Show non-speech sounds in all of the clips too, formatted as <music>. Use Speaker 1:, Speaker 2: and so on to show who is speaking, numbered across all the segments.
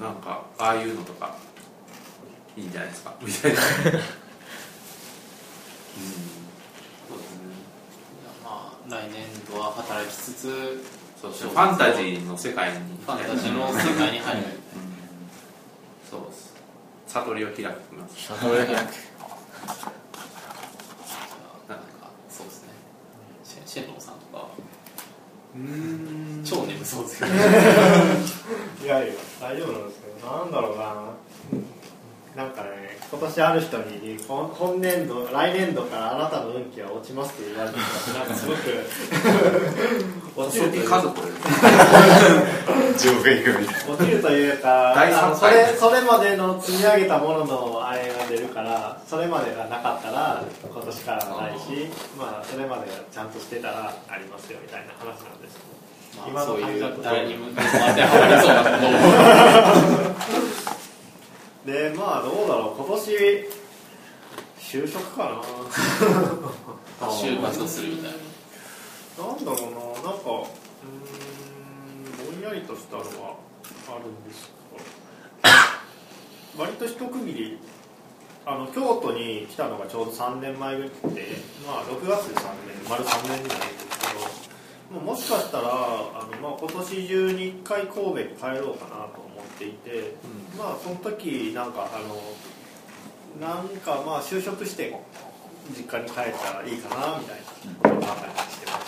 Speaker 1: なんかああいうのとかいいんじゃない <laughs> ですかみたいなうんそうですね
Speaker 2: まあ来年度は働きつつ
Speaker 1: そうですねファンタジーの世界に
Speaker 2: ファンタジーの世界に入る
Speaker 1: そうです悟りを開きます
Speaker 3: 悟りを開く
Speaker 2: なんかそうですねシェシェンロンさんとか
Speaker 4: うん
Speaker 2: 超眠そうですけ <laughs> ど
Speaker 4: いやいや大丈夫なんですけどなんだろうななんかね今年ある人に今本年度来年度からあなたの運気は落ちますって言われてたなんかすごく
Speaker 1: <laughs>
Speaker 4: 落ちるという
Speaker 1: 家族
Speaker 3: 上下行くみたい
Speaker 4: 落ちるというか
Speaker 1: 第三
Speaker 4: あのそれそれまでの積み上げたもののあれが出るからそれまでがなかったら今年からはないしまあそれまでがちゃんとしてたらありますよみたいな話なんですけど、
Speaker 2: まあそう
Speaker 4: 感
Speaker 2: い
Speaker 4: じだ
Speaker 2: う
Speaker 4: と
Speaker 2: 誰にも当てはまりそうなことを
Speaker 4: でまあどうだろう今年就職かな
Speaker 2: <laughs> 就活をするみたいな
Speaker 4: なんだろうななんかうーんぼんやりとしたのはあるんですが割と一区切りあの京都に来たのがちょうど3年前ぐらいでまあ6月で3年丸3年になるんですけどもうもしかしたらあの、まあ、今年中に1回神戸に帰ろうかなと思っていて、まあその時なんかあのなんかまあ就職して実家に帰ったらいいかなみたいなことを考えたりしてます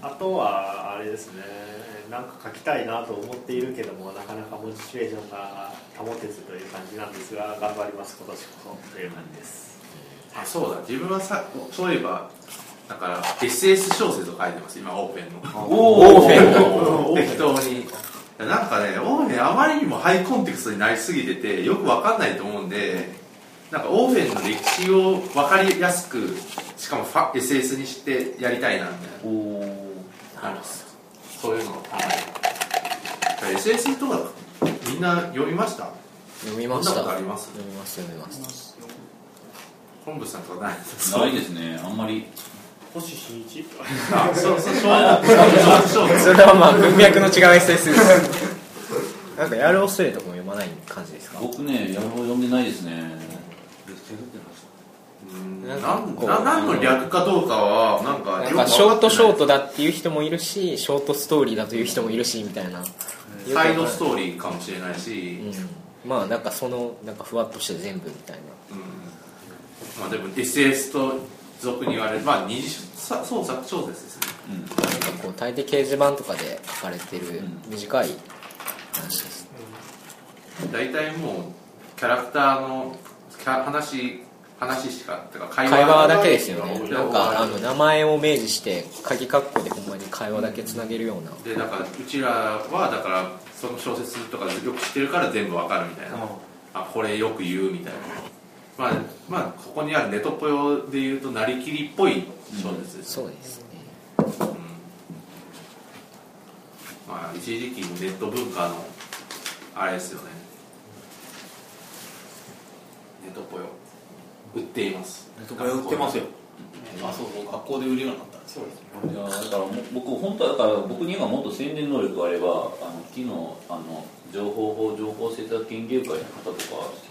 Speaker 4: あとはあれですねなんか書きたいなと思っているけどもなかなかモチベーションが保てずという感じなんですが頑張ります今年こそという感じです
Speaker 1: あそうだ自分はさそういえばだから SS 小説を書いてます今オーペンの
Speaker 3: おーオーペン
Speaker 4: の
Speaker 1: <laughs> 適当になんかねオーペンあまりにもハイコンテクストになりすぎててよくわかんないと思うんでなんかオーペンの歴史をわかりやすくしかもファ SS にしてやりたいなみたいな
Speaker 3: なおー
Speaker 1: あのそういうのを考えて SS とかみんな読みました
Speaker 3: 読みまし
Speaker 1: そんな
Speaker 3: た
Speaker 1: ことあります
Speaker 3: 読みました読みました
Speaker 1: 本部さんとか <laughs> ないです
Speaker 5: ないですねあんまり
Speaker 4: 星新一
Speaker 1: かそうそうそうそう
Speaker 3: <laughs> それはまあ文脈の違う SS です <laughs> なんかやるおすれとかも読まない感じですか
Speaker 5: 僕ねやるほど読んでないですね
Speaker 1: なんな何の略かどうかはなんか
Speaker 3: な
Speaker 1: よ
Speaker 3: ん
Speaker 1: くわっ
Speaker 3: か
Speaker 1: て
Speaker 3: ショートショートだっていう人もいるしショートストーリーだという人もいるしみたいな
Speaker 1: サイドストーリーかもしれないし、うん
Speaker 3: うん、まあなんかそのなんかふわっとして全部みたい
Speaker 1: まあでも SS と俗に言われるまあ二次創作小説ですね
Speaker 3: ななんかこう大抵掲示板とかで書かれてる短い話です、
Speaker 1: 大体もうキャラクターのキャ話話しかてか会
Speaker 3: 会話だけですよね
Speaker 1: で
Speaker 3: なんかあの名前を明示して鍵括弧でほんまに会話だけつなげるような、
Speaker 1: でなんかうちらはだからその小説とかよく知ってるから全部わかるみたいな、あこれよく言うみたいなまあまあここにあるネトポヨで言うとなりきりっぽい小説です
Speaker 3: そうですね
Speaker 1: まあ一時期のネット文化のあれですよねネトポヨ売っていますネトポヨ売ってますよ
Speaker 2: あそうそう学校で売るようになったんですよ
Speaker 5: いやだからも僕本当はだから僕にはもっと宣伝能力があればあの昨日あの情報法情報政策研究会の方とか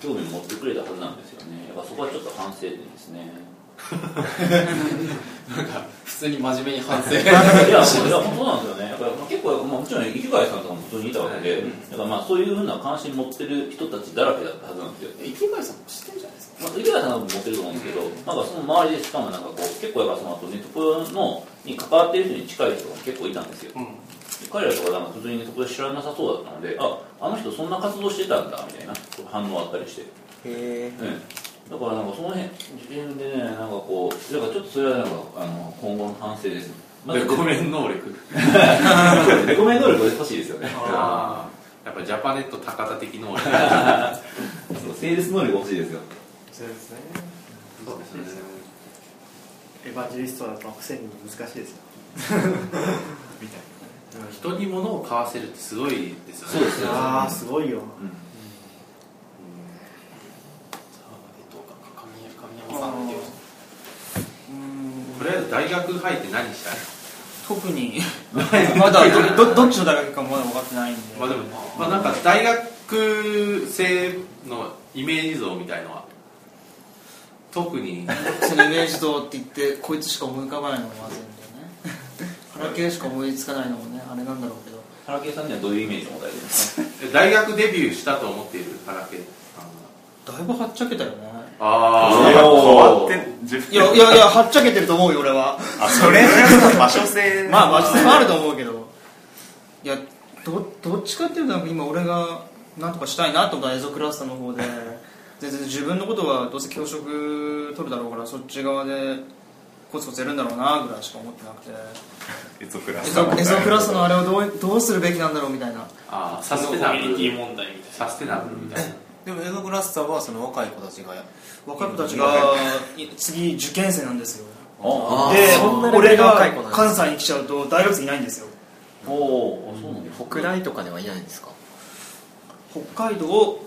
Speaker 5: 興味持ってくれたはずなんですよねやっぱそこはちょっと反省点ですね
Speaker 2: 普通に真面目に <laughs> 反省
Speaker 5: いやそういや本当なんですよねだからまあ結構、まあ、もちろん池貝さんとかも普通にいたわけで、だからまあそういうふうな関心持ってる人たちだらけだったはずなんですよ
Speaker 2: 池貝さんも知ってるじゃないですか
Speaker 5: まあ、池谷さんも持ってると思うんですけど、なんかその周りでしかもなんかこう結構やっぱそのあとネットプロのに関わってる人に近い人が結構いたんですよ、彼らとかなんか普通にネットプロ知らなさそうだったのでああの人そんな活動してたんだみたいな反応あったりして、
Speaker 3: へ
Speaker 5: うん、だからなんかその辺自分でねなんかこうだからちょっとそれはなんかあの今後の反省ですねまず
Speaker 1: レコメン能力
Speaker 5: レコメン能力が欲しいですよね
Speaker 1: ああやっぱジャパネット高田的能力
Speaker 5: そうセールス能力が欲しいですよ
Speaker 4: そうですね
Speaker 1: そうですね
Speaker 4: エヴァンジェリストだとくせに難しいです <laughs> よ
Speaker 1: 人に物を買わせるってすごいですよね
Speaker 5: そうですよ
Speaker 4: ああすごいよ
Speaker 2: えっと神山さんっていう人
Speaker 1: とりあえず大学入って何したい
Speaker 6: 特にまだどどどっちの大学かまだ分かってないんで、
Speaker 1: まあでも、まあなんか大学ック性のイメージ像みたいのは特に
Speaker 6: そのイメージ像って言ってこいつしか思い浮かばないのもまずいんだよね原系しか思いつかないのもねあれなんだろうけど
Speaker 5: 原敬さんにはどういうイメージを持たれてるんですか
Speaker 1: 大学デビューしたと思っている原家さんは
Speaker 6: だいぶはっちゃけたよね
Speaker 1: あ
Speaker 5: ー
Speaker 1: あ
Speaker 5: や
Speaker 4: 変わ
Speaker 5: お
Speaker 4: っ
Speaker 5: ー
Speaker 4: て自分
Speaker 6: いやいやいやはっちゃけてると思うよ俺は
Speaker 4: あそれ場所性
Speaker 6: まあマジでもあると思うけどいやどどっちかっていうとなんか今俺がなんとかしたいなと思った映像クラスターの方で全然自分のことはどうせ教職取るだろうからそっち側でコツコツやるんだろうなぐらいしか思ってなくて
Speaker 4: エゾクラ
Speaker 6: 映
Speaker 4: ス
Speaker 6: 像映像クラスのあれをどうどうするべきなんだろうみたいな
Speaker 1: あーサ
Speaker 2: サ
Speaker 1: ス
Speaker 2: ス
Speaker 1: テ
Speaker 2: テ
Speaker 1: ナ
Speaker 2: ナ
Speaker 1: ブ
Speaker 2: ビリティ
Speaker 1: ル
Speaker 2: 問題みたいな
Speaker 1: サステナブルみたいな
Speaker 7: でもエゾグラスターはその若い子たちが
Speaker 6: 若い子たちがい次受験生なんですよ
Speaker 5: あ
Speaker 6: で
Speaker 8: そんなレベ
Speaker 6: 俺
Speaker 8: ルの
Speaker 6: が
Speaker 8: 若い子なんです
Speaker 6: 関西に来ちゃうと大卒いないんですよ
Speaker 5: おおーあそうなんです
Speaker 8: 北大とかではいないんですか
Speaker 6: 北海道を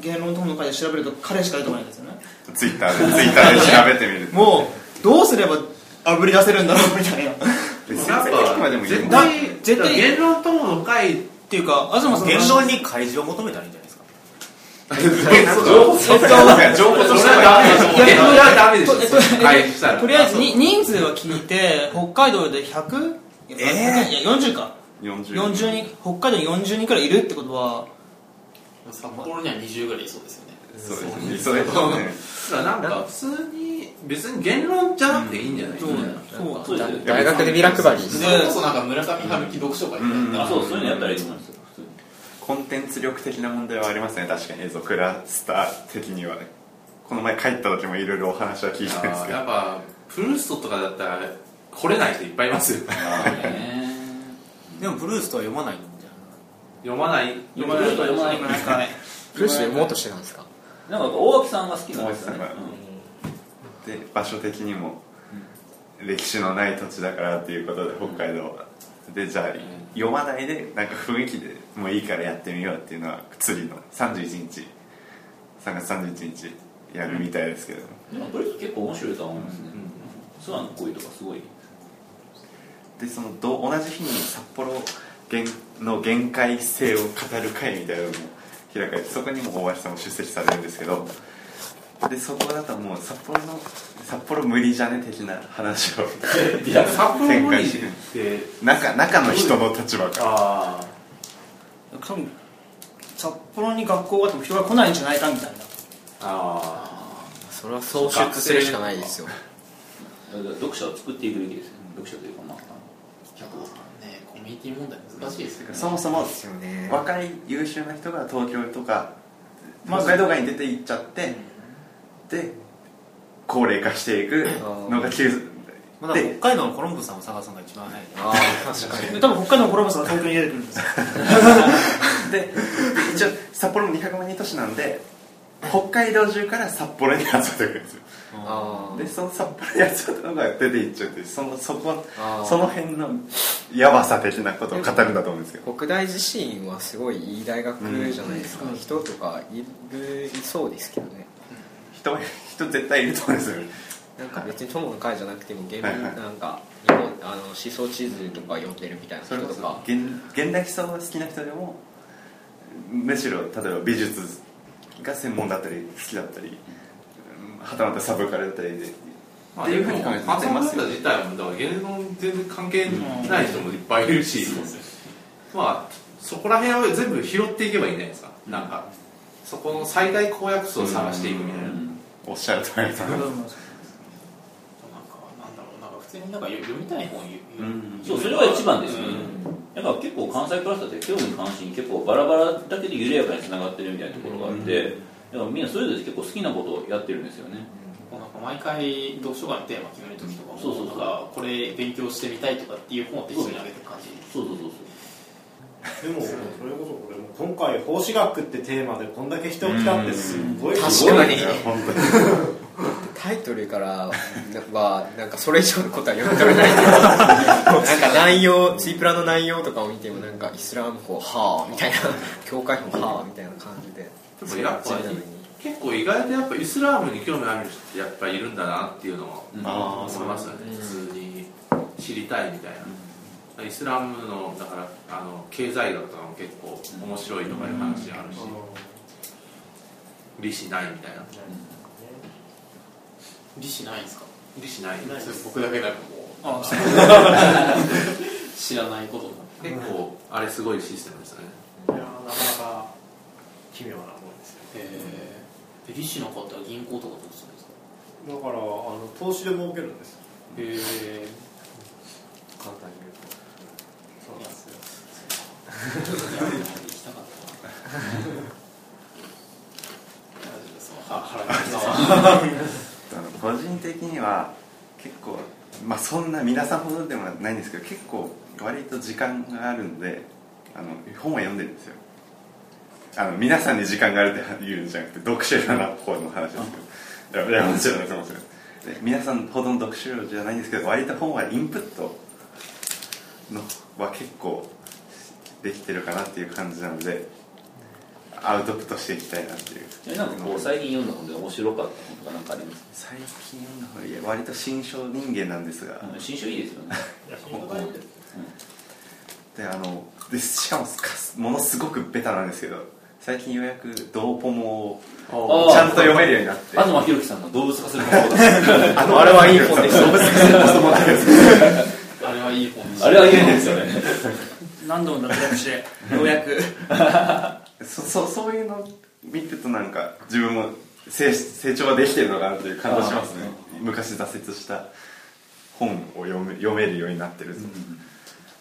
Speaker 6: 芸能友の会で調べると彼しか出てこないんですよね
Speaker 4: ツイッターでツイッターで調べてみる
Speaker 6: もうどうすればあぶり出せるんだろうみた <laughs> いなっ
Speaker 4: う先
Speaker 1: なん
Speaker 4: 生聞けばでも
Speaker 1: か
Speaker 4: いい
Speaker 1: 絶
Speaker 4: もん
Speaker 1: 対
Speaker 6: 絶対
Speaker 1: 言論友の会
Speaker 6: ていうか東さん
Speaker 7: 言論に開示を求めたらいいんじゃないですか
Speaker 4: そうだ情報としては
Speaker 6: や
Speaker 1: 言論はダメでしょ
Speaker 6: とと
Speaker 1: 会議したら
Speaker 6: とりあえずに人数は聞いて北海道で 100? え
Speaker 7: え
Speaker 6: いや40か
Speaker 4: 40
Speaker 6: 40人北海道に40人くらいいるってことは
Speaker 2: 札幌には20ぐらいいそうですよね
Speaker 4: そうですねそうですね
Speaker 1: なんか普通に別に言論じゃなくていいんじゃない
Speaker 6: そうそう
Speaker 5: そうですよ
Speaker 8: 大学でビラ配り
Speaker 2: そ
Speaker 6: ね
Speaker 2: れこそなんか村上春樹読書会みたい
Speaker 4: うん
Speaker 2: な
Speaker 5: あそうそういうのやったらいいと思うんですよ普通に
Speaker 4: コンテンツ力的な問題はありますね確かに映像クラスター的にはねこの前帰った時もいろいろお話は聞いたんです
Speaker 1: あー
Speaker 4: け
Speaker 1: や
Speaker 4: ど
Speaker 1: っぱプルーストとかだったら来れない人いっぱいいますよ
Speaker 4: <laughs>
Speaker 5: ね
Speaker 7: でもブルースとは読まないんじゃない
Speaker 1: 読まない
Speaker 5: 読まない人は読まない
Speaker 6: なんか
Speaker 8: プルース読もうとしてたんですか
Speaker 5: なんか大脇さんが好きなんですよね
Speaker 4: 大脇さんで場所的にも歴史のない土地だからっていうことで北海道はでじゃあ読まないでなんか雰囲気でもういいからやってみようっていうのは釣りの31日3月31日やるみたいですけど、
Speaker 5: うんでもブルース結構面白いとは思いますねツアーの恋とかすごい
Speaker 4: でそのど同じ日に札幌限の限界性を語る会みたいなのも開かれてそこにも大橋さんも出席されるんですけどでそこだともう札幌の札幌無理じゃね的な話を
Speaker 1: いや札幌
Speaker 4: 展
Speaker 1: 無
Speaker 4: 開
Speaker 1: 理
Speaker 4: し
Speaker 1: で
Speaker 4: て
Speaker 1: って
Speaker 4: 中中の人の立場から
Speaker 1: ああ
Speaker 6: 多分札幌に学校があっても人が来ないんじゃないかみたいな
Speaker 1: あ
Speaker 8: それは創出するしかないですよ
Speaker 5: 読者を作っていくべきですね読者というかまあ
Speaker 2: 100億ねコミュニティ問題難しいですよね
Speaker 4: そもそも
Speaker 8: ですよね
Speaker 4: 若い優秀な人が東京とか
Speaker 6: まず
Speaker 4: 北海道外に出て行っちゃってで高齢化していくのが急
Speaker 7: まあだから北海道のコロンブスさんを探すのが一番早いね
Speaker 8: ああ確かに
Speaker 6: で多分北海道のコラボさんが東京に出てくるんですよ
Speaker 4: でで一応札幌も200万人都市なんで北海道中から札幌に集まってくるんですよ
Speaker 8: あ
Speaker 4: でその札幌に集まったのが出ていっちゃうっていうそのそこ
Speaker 8: あー
Speaker 4: その辺のやばさ的なことを語るんだと思うんですけど
Speaker 8: 北大自身はすごいいい大学じゃないですか、人とかいるいそうですけどね
Speaker 4: 人人絶対いると思うんですよ
Speaker 8: なんか別に友の会じゃなくてもゲーム、
Speaker 4: はいはい
Speaker 8: なんか日本あの思想地図とか読んでるみたいな
Speaker 4: それ
Speaker 8: 人
Speaker 4: ことそ
Speaker 8: か
Speaker 4: 現現代基礎が好きな人でもむしろ例えば美術が専門だったり好きだったりうんはたまたサブカルだったりで
Speaker 1: あ
Speaker 4: っていうふうに考えて
Speaker 1: まあでも
Speaker 4: ま
Speaker 1: 松
Speaker 4: すよ
Speaker 1: 本自体もだから言論全然関係ない人もいっぱいいるしまあそこら辺は全部拾っていけばいいんじゃないですかなんかそこの最大公約数を探していくみたいな
Speaker 4: おっしゃる通りだと思います
Speaker 2: なんかなんだろうなんか普通になんか読みたい本を
Speaker 4: う
Speaker 2: 読む
Speaker 4: ん
Speaker 5: そうそれが一番ですよねなんか結構関西クラスターって興味関心結構バラバラだけで緩やかにつながってるみたいなところがあって、だからみんなそれぞれ結構好きなことをやってるんですよね、
Speaker 2: なんか毎回読書会のテーマ決めるときとかも
Speaker 5: そうそうそう
Speaker 2: なんかこれ勉強してみたいとかっていう本を適当にあげてる感じ
Speaker 5: そうそうそう
Speaker 9: でもそれこそ俺も今回法師学ってテーマでこんだけ人来たってすごい
Speaker 8: うん
Speaker 9: すごい
Speaker 8: 確かに
Speaker 4: いや本当に
Speaker 8: タイトルからはなんかそれ以上のことは読み取れない
Speaker 5: <laughs>
Speaker 8: けどなんか内容ツイプラの内容とかを見てもなんかイスラム法はあみたいな教会法はあみたいな感じで
Speaker 1: でもやっ
Speaker 8: 地
Speaker 1: ぱ
Speaker 8: 味なのに
Speaker 1: 結構意外とやっぱイスラームに興味ある人ってやっぱいるんだなっていうのは
Speaker 5: うん
Speaker 1: 思いますよね普通に知りたいみたいなイスラムのだからあの経済学とかも結構面白いとかいう話あるし、利子ないみたいな
Speaker 2: 利子ないんですか
Speaker 1: 利子ない
Speaker 10: ない
Speaker 2: それ僕だけなんかもう
Speaker 11: あ
Speaker 2: 知らないことになっ
Speaker 1: 結構あれすごいシステムですよね
Speaker 10: いやーなかなか奇妙なもんですよ
Speaker 2: てへえ利子なかったら銀行とかどうするんです
Speaker 10: だか
Speaker 2: か
Speaker 10: らあの投資で儲けるんですよ
Speaker 2: へえ
Speaker 12: 簡単に言う
Speaker 10: そうなんですよ
Speaker 2: 行きたかったないやでもそのは原口さんは
Speaker 4: あの個人的には結構まあそんな皆さんほどでもないんですけど結構割と時間があるんであの本は読んでるんですよあの皆さんに時間があるって言うんじゃなくて読書量の方の話ですけどいやいやもちろんですもちろんで皆さんほどの読書量じゃないんですけど割と本はインプットのは結構できてるかなっていう感じなのでアウトプットしていきたいなっていう
Speaker 5: えなんかこう最近読んだ本で面白かった本とかなんかあります
Speaker 4: 最近読んだ本いや割と新書人間なんですが、
Speaker 5: うん新書いいですよね
Speaker 10: いや信用大事です
Speaker 4: であのでしかもかすものすごくベタなんですけど最近ようやく「ドーポモ」をちゃんと読めるようになって
Speaker 5: 東博樹さんの動物化する本とか
Speaker 4: あのあれはいい本です動物性の子供なん <laughs> です
Speaker 2: あれはいい本にし
Speaker 5: あれはいい本ですよね
Speaker 11: 何度も脱落してようやく
Speaker 4: そそそういうの見るとなんか自分も成成長ができてるのかなという感じしますね昔挫折した本を読め読めるようになってると、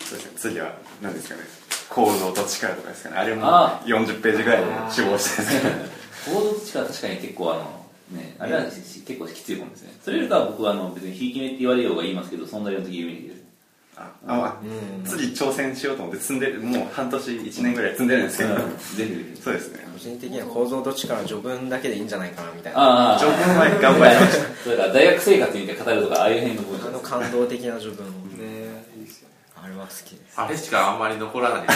Speaker 4: そうですね次は何ですかね行動と力とかですかねあれも
Speaker 5: あ
Speaker 4: 40ページぐらいで死亡してです
Speaker 10: <laughs>
Speaker 4: ね
Speaker 5: 行動と力は確かに結構あのねあれは結構きつい本ですねそれよりかは僕はあの別にひいき目って言われようが言いますけどそんな読んで夢にです
Speaker 4: ああ、まあ、次挑戦しようと思って積んでるもう半年1年ぐらい積んでるんですけど、
Speaker 5: ぜひぜひ
Speaker 4: そうですね
Speaker 8: 個人的には構造どっちから序文だけでいいんじゃないかなみたいな
Speaker 5: あ
Speaker 4: 上京前頑張りました
Speaker 5: あだから大学生活にて語るとかああいう辺の文章
Speaker 8: あ
Speaker 5: で
Speaker 8: の
Speaker 5: す
Speaker 8: 感動的な序文を
Speaker 11: ねいいですよ
Speaker 8: あれは好きです
Speaker 1: あれしかあんまり残らない
Speaker 8: なんか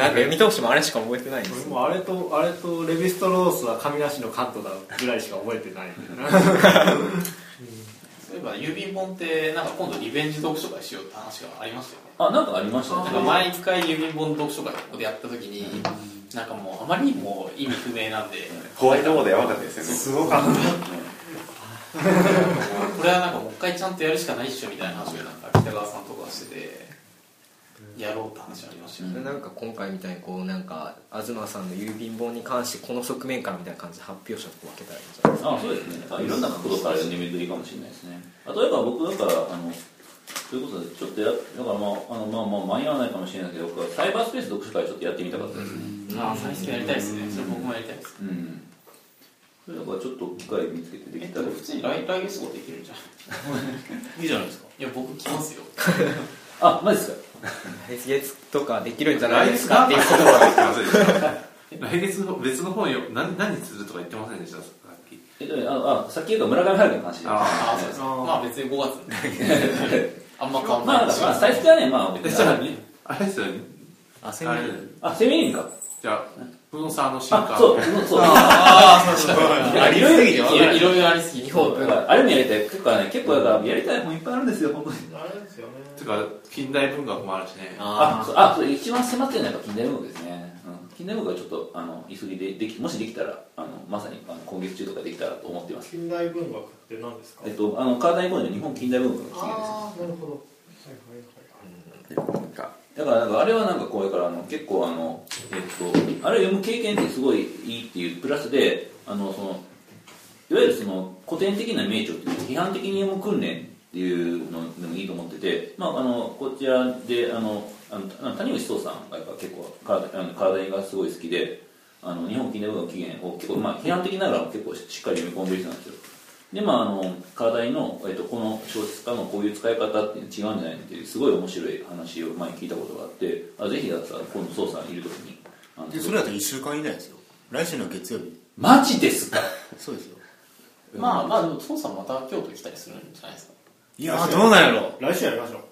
Speaker 8: 読み通してもあれしか覚えてないんです
Speaker 10: 俺もあれとあれとレヴィストロースは神無しのカントだぐらいしか覚えてない
Speaker 2: そういえば郵便本ってなんか今度リベンジ読書会しようって話がありましたよね
Speaker 5: あなんかありましたね
Speaker 2: なんか毎回郵便本読書会ここでやった時になんかもうあまりにも意味不明なんで
Speaker 4: <laughs> ホワイトボードやばかったですよね
Speaker 10: ごかっ
Speaker 2: これはなんかもう一回ちゃんとやるしかないっしょみたいな話をなんか北川さんとかしててやろうって話ありましたよね
Speaker 8: なんか今回みたいにこうなんか東さんの郵便本に関してこの側面からみたいな感じで発表者と分けたらいいんじゃないですか
Speaker 5: あそうですねあいろんな角度から読んでみるといいかもしれないですね例えば僕だからあのということでちょっとやだからまああのまあまあ間に合わないかもしれないけど僕はサイバースペース読書会ちょっとやってみたかったですね
Speaker 2: ああ最近やりたいですねそれ僕もやりたいです
Speaker 5: うんそれだからちょっと機会見つけてで
Speaker 2: えっ
Speaker 5: き
Speaker 2: たと
Speaker 5: ら
Speaker 2: 普通に来来月号できるんじゃん
Speaker 12: い
Speaker 2: <laughs>
Speaker 12: いじゃないですか
Speaker 2: いや僕来ますよ
Speaker 5: あマジですか
Speaker 8: 来月とかできるんじゃない
Speaker 1: 来
Speaker 8: で
Speaker 1: 月
Speaker 8: す
Speaker 1: な
Speaker 8: か
Speaker 1: ん
Speaker 8: っ
Speaker 1: か
Speaker 8: てい
Speaker 1: 言って
Speaker 8: う
Speaker 1: ませんでした来月の <laughs> 別の本よ何何するとか言ってませんでしたさっき
Speaker 5: えっとねああさっき言った村上春樹の話
Speaker 1: あ
Speaker 2: ああそうですまあ別に5月 <laughs> あんま変わん
Speaker 5: ま
Speaker 2: な
Speaker 5: あだ
Speaker 2: い
Speaker 5: からまあ最初はねまあ
Speaker 1: え
Speaker 5: 別
Speaker 1: じゃ
Speaker 5: にあ
Speaker 1: ああれですよね
Speaker 12: あセミ
Speaker 1: あ
Speaker 12: ナ
Speaker 1: れ
Speaker 12: ー
Speaker 5: あセミリンか
Speaker 1: じゃあ宇野さんの新刊
Speaker 5: あそうそうそう
Speaker 2: ありすぎていろいろいろありすぎて
Speaker 8: 日本文学
Speaker 5: あれもやりたい結構ね結構だからやりたい本いっぱいあるんですよ本当に
Speaker 10: たあれですよね
Speaker 1: てか近代文学もあるしね
Speaker 5: あそうあそう一番迫ってるのはやっぱ近代文学ですね、うん、近代文学はちょっとあの急ぎでできもしできたらあのまさにあの今月中とかできたらと思っています
Speaker 10: 近代文学って何ですか
Speaker 5: えっとあの体にボーイの日本近代文学の起源です
Speaker 10: ああなるほど
Speaker 4: なんか
Speaker 5: だからなんかあれはなんかこれからあの結構あの、えっと、あれを読む経験ってすごいいいっていうプラスであのそのいわゆるその古典的な名著っていう批判的に読む訓練っていうのでもいいと思ってて、まあ、あのこちらであのあのあの谷口壮さんがやっぱ結構体あの体がすごい好きであの日本近代文学起源を結構、まあ、批判的ながらも結構しっかり読み込んでる人なんですよでまああの課題の、えっと、この小説家のこういう使い方っていうの違うんじゃないのっていうすごい面白い話を前に聞いたことがあってあぜひだったら今度蒼さんいる時にあの
Speaker 12: でそれだと1週間以内ですよ来週の月曜日
Speaker 5: マジですか <laughs>
Speaker 12: そうですよ
Speaker 2: まあまあでも父さんまた京都来たりするんじゃないですか
Speaker 12: いやーどうなんやろ
Speaker 10: 来週やりましょう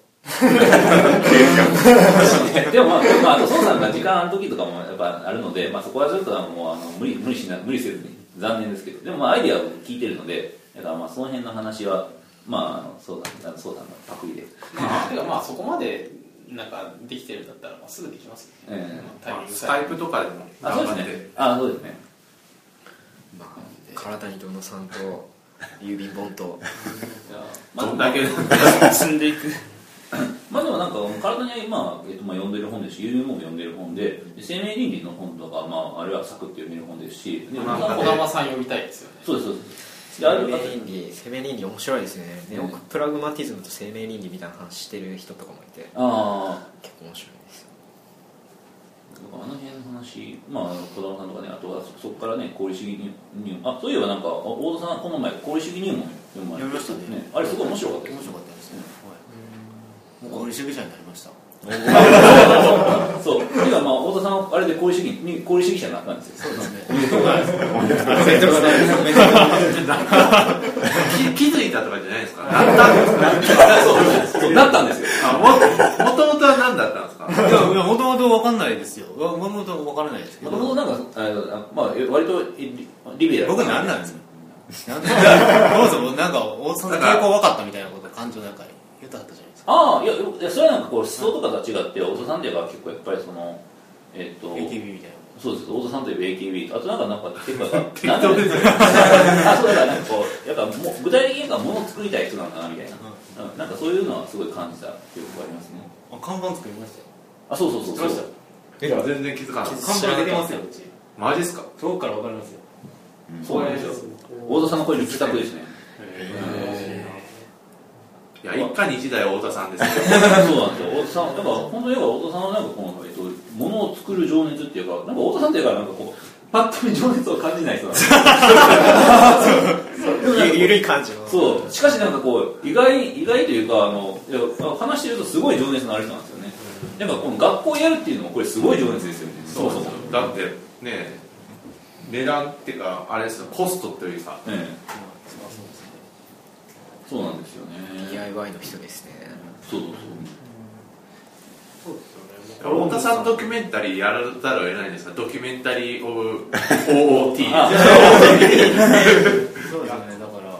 Speaker 5: でもまあ、まあ、あと孫さんが時間ある時とかもやっぱあるので、まあ、そこはちょっとあのもうあの無理無理しな無理せずに残念ですけどでもまあアイディアを聞いてるのでだからまあその辺の話はまああのそうだそうさんのパクリで
Speaker 2: まあてかまあそこまでなんかできてるんだったらまあすぐできますよね、
Speaker 5: ええ
Speaker 2: まあタイミ
Speaker 1: ま
Speaker 2: ン
Speaker 1: あ
Speaker 2: グ
Speaker 1: ス
Speaker 2: さ
Speaker 1: カ
Speaker 2: え
Speaker 1: イプとかでも
Speaker 5: あそうですねあそうですね
Speaker 3: 体に殿さんと郵便本と
Speaker 5: いやまあ
Speaker 1: どんだけ
Speaker 6: 積んでいく
Speaker 5: まあでもなんか体には今、えっと、まあ読んでる本ですし有名も読んでる本でで生命倫理の本とか、まあ、あるいは作って読める本ですしで
Speaker 1: まあ
Speaker 5: 僕は
Speaker 2: 児玉さん呼びたいですよね
Speaker 5: そうですそうですであ
Speaker 3: 生
Speaker 5: る
Speaker 3: 命
Speaker 5: 方
Speaker 3: 倫理生命倫理面白いですね、
Speaker 5: うん
Speaker 3: よくプラグマティズムと生命倫理みたいな話してる人とかもい
Speaker 13: <laughs>
Speaker 3: て
Speaker 5: あ
Speaker 3: 結構面白いですよ
Speaker 5: あなんかあの辺の話まあ児玉さんとかねあとはそそこからね功利主義入門あそういえばなんかあ大田さんこの前功利主義入門読まれ
Speaker 13: 読みましたね
Speaker 5: あれすごい面白かったです
Speaker 13: 面白かったですねはいもう合理主義者になりました
Speaker 5: <laughs> そうてかまあ太田さんはあれで功利主義に功利主義者になったんですよ
Speaker 13: そうですね
Speaker 3: おめでとうございますおめでとうございます
Speaker 1: <laughs> 気気づいたとかじゃないですかなったんですか
Speaker 5: そうそうなったんですよ
Speaker 1: あももともとは何だったんですか
Speaker 13: いやいやもともと分かんないですよもともと分からないですけ
Speaker 5: も
Speaker 13: ど
Speaker 5: ともとなんかあのまあ割とリリベラル
Speaker 13: 僕何なんですかそもそもなんか大津さんの傾向分かったみたいなこと感情なんか言ったかったじゃないですか
Speaker 5: ああいやいやそれはなんかこう思想とかとは違って太田さんっていうか結構やっぱりそのえっ、と
Speaker 13: AKB みたいな
Speaker 5: そうです太田さんといえば AKB とあとなんかなんか結構なんか適当ですあそうだからなんかこうやっぱもう具体的になんか物を作りたい人なんだなみたいな、うんなんかそういうのはすごい感じた記憶がありますね
Speaker 13: あ看板作りましたよ
Speaker 5: あそうそうそうそう
Speaker 1: いや全然気づかなかっ
Speaker 13: 看板出てますようち
Speaker 1: たマジですか
Speaker 13: 遠くから分かりますよ
Speaker 5: そうなんですよ太田さんの声に自宅ですね
Speaker 1: いや一家に一台は太田さんですけど
Speaker 5: そうなんですよ太田さんだから本当に言えば太田さんはなんかこの、えっと、物を作る情熱っていうかなんか太田さんっていうかなんかこうパッと見情熱を感じない人なんですよ
Speaker 3: ゆゆるい感じの
Speaker 5: そうしかしなんかこう意外意外というかあのいや話してるとすごい情熱のある人なんですよねなんかこの学校やるっていうのはこれすごい情熱ですよね
Speaker 1: そうそうそうだってね値段っていうかあれですよコストというか
Speaker 5: ええそうなんですよね
Speaker 3: DIY の人ですね
Speaker 5: そうそう
Speaker 4: そうですよね
Speaker 1: 太田さんドキュメンタリーやらざるを得ないんですがドキュメンタリー・オブ・ OOT <laughs>
Speaker 5: あ
Speaker 13: そうですねだから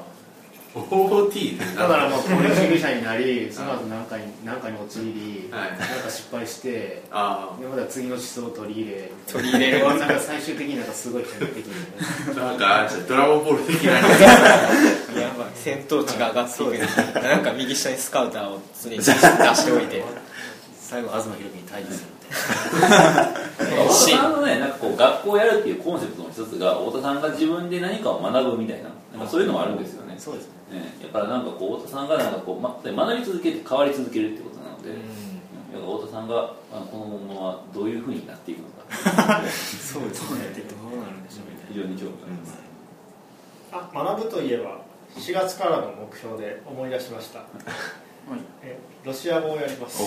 Speaker 1: OOT って
Speaker 14: だ
Speaker 1: なん
Speaker 14: からまあ功利主義者になりその後何かに何かに陥り
Speaker 1: はい
Speaker 14: なんか失敗して
Speaker 1: あ
Speaker 14: でまた次の思想を取り入れ
Speaker 3: 取り入れる
Speaker 14: なんか最終的になんかすごい変的に
Speaker 1: あなんかドラゴンボール的な
Speaker 3: やばい戦闘値が上がっていくなんか右下にスカウターを常に出しておいて
Speaker 13: 最後東博樹に対峙するみたいな
Speaker 5: 太田さんのねなんかこう学校やるっていうコンセプトの一つが太田さんが自分で何かを学ぶみたいななんかそういうのもあるんですよね
Speaker 13: そうですね
Speaker 5: ねだからなんかこう太田さんがなんかこう、ま、学び続けて変わり続けるってことなので、
Speaker 3: うん
Speaker 5: だから太田さんがあのこのままどういうふうになっていくのか
Speaker 13: そうですねどうなるんでしょうみたい
Speaker 5: 非常に興味があります、
Speaker 4: あ学ぶといえば4月からの目標で思い出しました、えロシア語をやります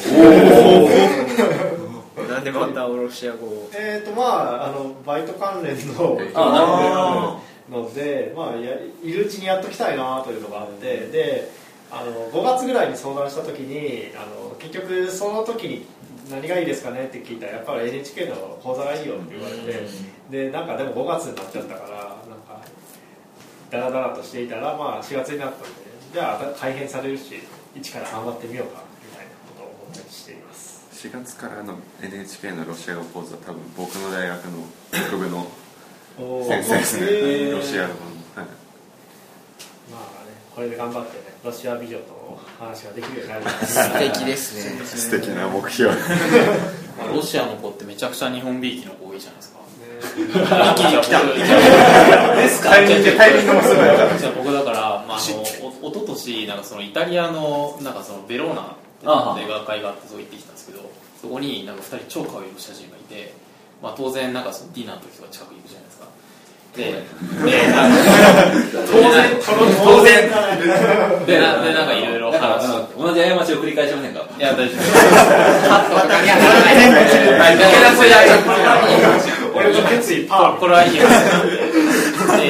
Speaker 3: なんでまたオロシア語を
Speaker 4: えーとまああのバイト関連の
Speaker 5: <laughs> あなるほど
Speaker 4: ので、まあ、やいるうちにやっときたいなというのがあって、であの5月ぐらいに相談した時にあの結局その時に何がいいですかねって聞いたらやっぱり NHK の講座がいいよって言われて、でなんかでも5月になっちゃったからなんかダラダラとしていたら、まあ、4月になったんでじゃあ改変されるし一から頑張ってみようかみたいなことを思ったりしています。
Speaker 8: 4月からの NHK のロシア語講座多分僕の大学の国部の先生です
Speaker 4: へ
Speaker 8: ね
Speaker 4: ー
Speaker 8: ロシア語の、はい
Speaker 4: まあね、これで頑張ってね、ロシア美女と話ができるようになる。
Speaker 3: 素敵ですね
Speaker 8: 素敵な目標
Speaker 2: まあロシアの子ってめちゃくちゃ日本びいきの子多いじゃないですか
Speaker 1: 一気に来た
Speaker 2: ですか
Speaker 8: タイミングタイミングもすごいよかっ
Speaker 2: じゃあ僕だから、まあ、あのおおととしなんかそのイタリアのなんかそのベローナって
Speaker 5: あは
Speaker 2: いう学会があってそう行ってきたんですけどそこになんか2人超可愛いロシア人がいて、まあ、当然なんかそのディナーの時とか近く行くじゃないですかででなんか当然当然でなでなんかいろいろ
Speaker 5: だから
Speaker 2: 話
Speaker 5: あ
Speaker 2: して
Speaker 5: の同じ過ちを繰り返しませんか
Speaker 2: いや大丈夫またいやならない
Speaker 1: はい
Speaker 4: 俺の決意パー
Speaker 2: これはいい話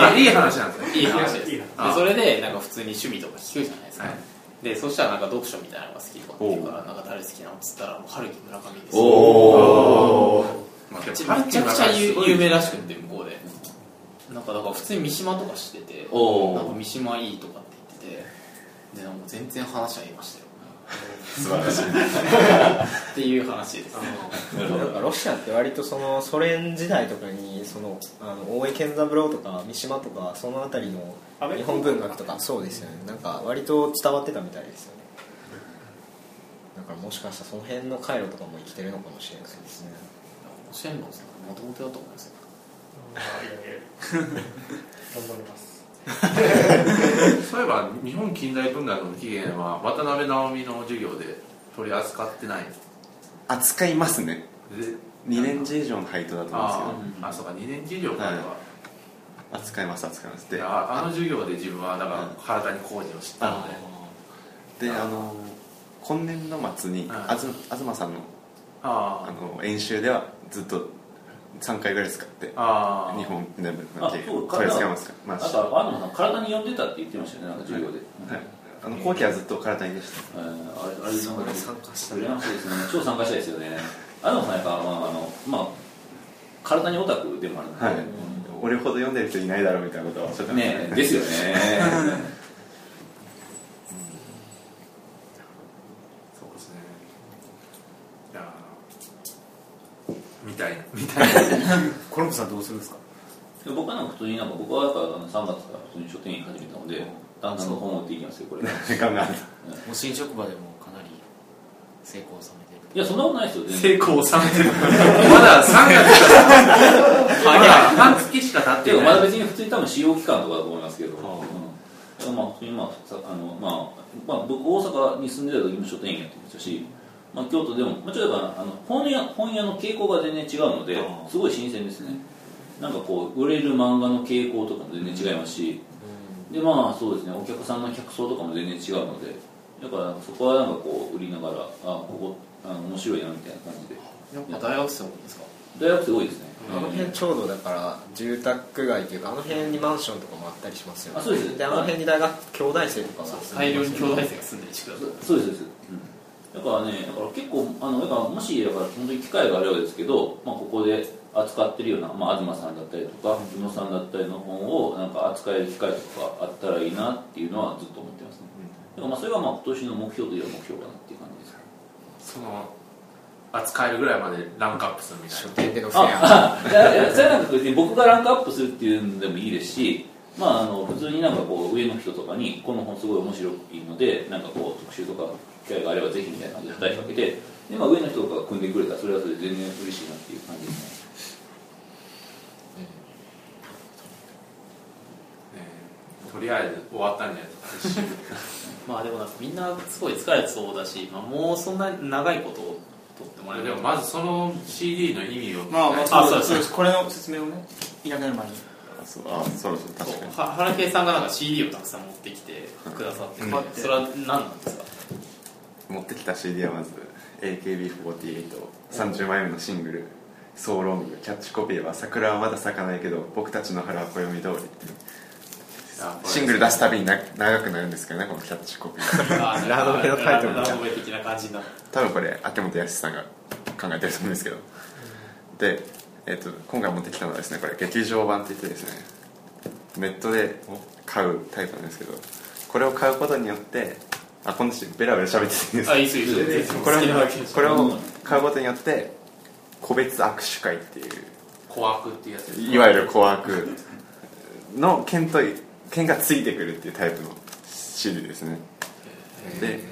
Speaker 1: あいい話なんですね
Speaker 2: でいい話です
Speaker 4: いい
Speaker 2: で
Speaker 1: 話
Speaker 2: それでなんか普通に趣味とか聞くじゃないですか、
Speaker 1: はい
Speaker 2: でそしたらなんか読書みたいなのが好きとかっていうからなんか誰好きなのっつったらもう春樹村上ですよ
Speaker 5: おー
Speaker 1: まあで
Speaker 2: め
Speaker 1: も
Speaker 2: ちゃくちゃ有有名らしくって向こうでなんかだから普通に三島とかしてて
Speaker 5: おー
Speaker 2: なんか三島いいとかって言っててでなんか全然話は言いましたよ
Speaker 8: 素晴らしい
Speaker 2: っていう話です
Speaker 3: なんかロシアって割とそのソ連時代とかにそのあの大江健三郎とか三島とかその辺り
Speaker 4: 安
Speaker 3: の
Speaker 4: 倍
Speaker 3: 日本文学とかそうですよねなんか割と伝わってたみたいですよねだからもしかしたらその辺の回路とかも生きてるのかもしれないですね
Speaker 2: シェンロンさんもともとだと思うんですよ
Speaker 4: 頑張ります
Speaker 1: そういえば日本近代文学の起源は渡辺直美の授業で取り扱ってない
Speaker 8: 扱いますね
Speaker 1: で
Speaker 8: 2年次以上の配当だと思
Speaker 1: あ
Speaker 8: うんです
Speaker 1: ーあそうか2年次以上からは、
Speaker 8: はけど扱います扱います
Speaker 1: で
Speaker 8: で
Speaker 1: ああの授業で自分はだから体に工事を知ったので
Speaker 8: であの今年度末に
Speaker 1: はい
Speaker 8: あず東さんのあ
Speaker 1: あ
Speaker 8: の演習ではずっと3回ぐらい使って
Speaker 1: あああ
Speaker 8: 日本全部
Speaker 5: あ
Speaker 8: の経
Speaker 5: そうか
Speaker 8: 取り扱いますかま
Speaker 5: あ
Speaker 8: あ
Speaker 5: とは、あのさん、体に呼んでたって言ってましたよね、なんか授業で。
Speaker 8: はいあの後期はずっと体にでした
Speaker 5: えーあれ、あれ、なんか、
Speaker 3: 参加し
Speaker 5: それはそうですね、超参加したいですよね。あのさん、やっぱ、まあ、あの、まあ、体にオタクでもあるので、
Speaker 8: はい俺ほど読んでる人いないだろうみたいなことはおっしゃってました
Speaker 5: ねえですよね。
Speaker 1: そうですねいやーみたいなみたいな
Speaker 13: コロンブさんどうするんですか
Speaker 5: で僕はなんか普通になんか、僕はだからあの3月から普通に書店員始めたので、だんだん本を持っていきますよ、これ。い
Speaker 8: <laughs> 時間がある
Speaker 13: もう新職場でもかなり成功を収めてる
Speaker 5: や、そんなことないですよ、全
Speaker 1: 成
Speaker 5: 然。
Speaker 1: 功を収めてるまだ3月からまだ半月しか経
Speaker 5: て
Speaker 1: っ
Speaker 5: い
Speaker 1: て
Speaker 5: うかまだ
Speaker 1: ない
Speaker 5: 別に普通に多分使用期間とかだと思いますけど、うんまあ普通にまあさあのまあ、まあ、僕大阪に住んでた時も書店員やってましたし、まあ、京都でも、まあ、ちょっとやっぱあの本屋本屋の傾向が全然違うのですごい新鮮ですねなんかこう売れる漫画の傾向とかも全然違いますし、でまあそうですねお客さんの客層とかも全然違うのでだからそこはなんかこう売りながらあここあ面白いなみたいな感じで
Speaker 13: やっぱ大学生多いんですか
Speaker 5: 大学生多いですね、
Speaker 3: あの辺ちょうどだから住宅街というかあの辺にマンションとかもあったりしますよね
Speaker 5: あそうです
Speaker 3: あの辺に大学兄弟生とかは
Speaker 2: 大量に兄弟生が住んでる地区だと
Speaker 5: そうですそうです、だからねだから結構あのだからもしだから本当に機会があればですけど、まあ、ここで扱ってるような、まあ、東さんだったりとか宇野さんだったりの本をなんか扱える機会とかあったらいいなっていうのはずっと思ってますね、だからまあそれがまあ今年の目標といえば目標かなっていう感じです
Speaker 1: その扱えるぐらいまでランクアップするみたい
Speaker 3: 書
Speaker 1: な
Speaker 3: 店でのフェア
Speaker 5: ああいやいやそれなんか別に僕がランクアップするっていうのでもいいですしまああの普通になんかこう上の人とかにこの本すごい面白いのでなんかこう特集とか機会があればぜひみたいな感じで叩きかけてで、まあ、上の人とかが組んでくれたらそれはそれで全然嬉しいなっていう感じですね
Speaker 1: ねとりあえず終わったんじゃないですか
Speaker 2: まあでもなんかみんなすごい疲れそうだし、まあ、もうそんな長いことを取ってもらえ
Speaker 1: で
Speaker 2: れ
Speaker 1: も
Speaker 2: ば
Speaker 1: まずその CD の意味を
Speaker 6: まあまあ
Speaker 2: あそうで
Speaker 6: そうですすそうですこれの説明をねいなくなる前に
Speaker 8: そうあそろそろ確
Speaker 2: そう
Speaker 8: かに
Speaker 2: は原圭さんがなんか CD をたくさん持ってきてくださって、
Speaker 8: うん
Speaker 2: それは何なんですか
Speaker 8: 持ってきた CD はまず AKB48 30枚目のシングル「ソーロング」キャッチコピーは「桜はまだ咲かないけど僕たちの春は暦通り」っていうシングル出すたびにな長くなるんですけどねこのキャッチコピー
Speaker 3: ラノベのタイトルみたいな
Speaker 2: ラノベ的な感じになる
Speaker 8: 多分これ秋元康さんが考えてると思うんですけどで、えっと今回持ってきたのはですねこれ劇場版って言ってですねネットで買うタイプなんですけどこれを買うことによってあこの人ベラベラ喋ってていいんです
Speaker 2: あいいですよいいですよ
Speaker 8: これ
Speaker 2: 好きなだ
Speaker 8: を
Speaker 2: けでしょ
Speaker 8: これを買うことによって個別握手会っていう
Speaker 1: 小悪っていうやつ
Speaker 8: いわゆる小悪の剣と剣がついてくるっていうタイプの CD ですねで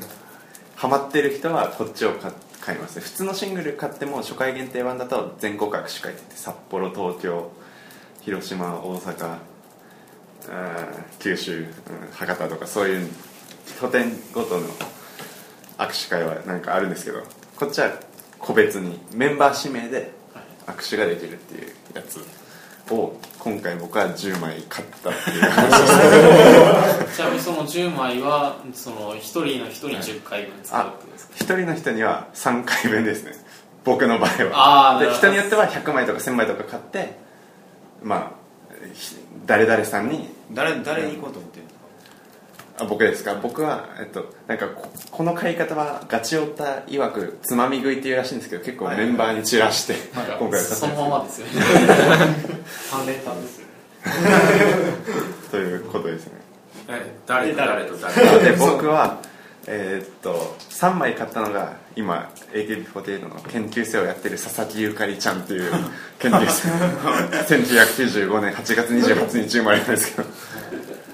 Speaker 8: ハマってる人はこっちを買買いますね普通のシングル買っても初回限定版だと全国握手会って言って札幌東京広島大阪うん九州、うん博多とかそういう拠点ごとの握手会はなんかあるんですけどこっちは個別にメンバー指名で握手ができるっていうやつを今回僕は10枚買ったっていう話を
Speaker 2: ちなみにその10枚はその1人の人に10回分使うってことですか
Speaker 8: 一人の人には3回分ですね <laughs> 僕の場合
Speaker 2: あー
Speaker 8: は
Speaker 2: な
Speaker 8: で
Speaker 2: るほど
Speaker 8: 人によっては100枚とか1000枚とか買ってまあひ誰々さんに
Speaker 13: 誰誰に行こうと思ってるんですか
Speaker 8: あ僕ですか僕は、えっと、なんかここの買い方はガチオタ曰くつまみ食いっていうらしいんですけど結構メンバーに散らして、今回は買った
Speaker 2: そのままですよね
Speaker 4: 3連単ですよね
Speaker 8: ということですね
Speaker 1: え誰と誰と誰
Speaker 8: で僕はえーっと3枚買ったのが今 AKB48 の研究生をやってる佐々木ゆかりちゃん
Speaker 1: <laughs>
Speaker 8: っていう研究生1995年8月28日生まれなんですけど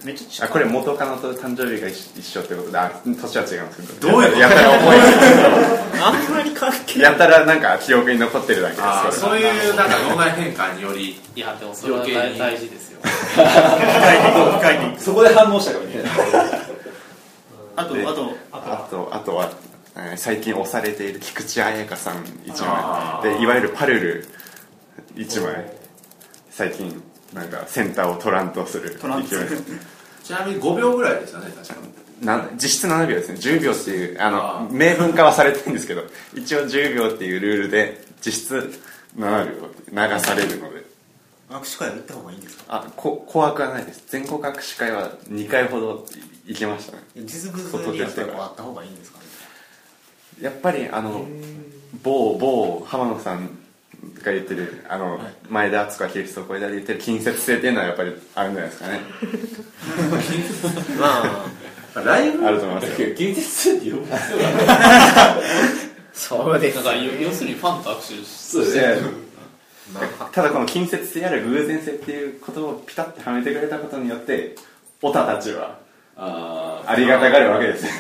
Speaker 6: めっちゃ近
Speaker 8: あ
Speaker 6: い
Speaker 8: これ元カノと誕生日が一一緒ってことであ年は違うんですけど
Speaker 1: どういうこと
Speaker 8: やたら
Speaker 1: <laughs>
Speaker 8: 重
Speaker 6: あんまり関係
Speaker 8: いやたらなんか記憶に残ってるだけです
Speaker 1: あー
Speaker 8: こ
Speaker 1: そういうなんか脳内変換により
Speaker 2: いやでもそれは
Speaker 1: 余計
Speaker 2: 大
Speaker 1: に
Speaker 2: 大事ですよ
Speaker 15: そこで反応したかみたいな
Speaker 6: あと
Speaker 8: で
Speaker 6: あと
Speaker 8: れあとあとはえー最近押されている菊池彩香さん1枚でいわゆるパルル1枚最近なんかセンターを取らんとする
Speaker 6: トランプ
Speaker 8: 勢い
Speaker 1: ちなみに5秒ぐらいですよね確か
Speaker 8: な実質7秒ですね10秒っていうあの
Speaker 1: あー
Speaker 8: 明文化はされてるんですけど一応10秒っていうルールで実質7秒流されるので
Speaker 13: 握手会打った方がいいんですか
Speaker 8: あこ怖くはないです全国握手会は2回ほど行きましたね
Speaker 13: 実物にやっぱりこうあった方がいいんですかね
Speaker 8: やっぱりあの某某浜野さんが言ってるあの、前田敦子はヒルスを超えたで言ってる近接性っていうのはやっぱりあるんじゃないですかね
Speaker 3: まあ
Speaker 1: にライブ
Speaker 8: あると思いますよ
Speaker 5: 近接性っていう
Speaker 3: そうです
Speaker 2: だからよ要するにファンと握手す
Speaker 5: そうですね
Speaker 8: でただこの近接性ある偶然性っていうことをピタッてはめてくれたことによってオタたちは
Speaker 5: <laughs> あ
Speaker 8: ありがたがるわけです
Speaker 5: <laughs>
Speaker 8: よ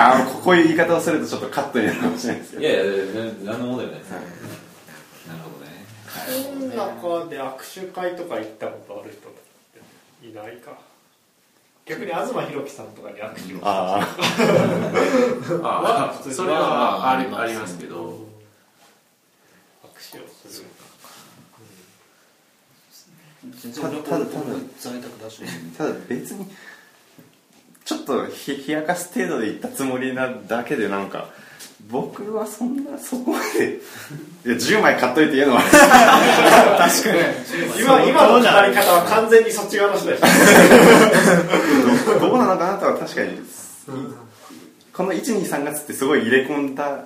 Speaker 8: あのこういう言い方をするとちょっとカットになるかもしれないですけ
Speaker 5: ー
Speaker 8: ど
Speaker 5: いやいや何の問題もないですなるほどね
Speaker 4: の中で握手会とか行ったことある人っていないか逆に東博樹さんとかに握手を
Speaker 8: ああ
Speaker 1: あ
Speaker 4: 普通に
Speaker 1: それはまああり
Speaker 13: まあ
Speaker 1: ありますけど
Speaker 4: 握手をする
Speaker 13: 全然俺はこう僕在宅だし
Speaker 8: ただ別にちょっとひ冷やかす程度で言ったつもりなだけでなんか僕はそんなそこま <laughs> でいや10枚買っといて言うのは
Speaker 4: 今今の語り方は完全にそっち側の人でした
Speaker 8: どうなのかなとは確かにこの123月ってすごい入れ込んだ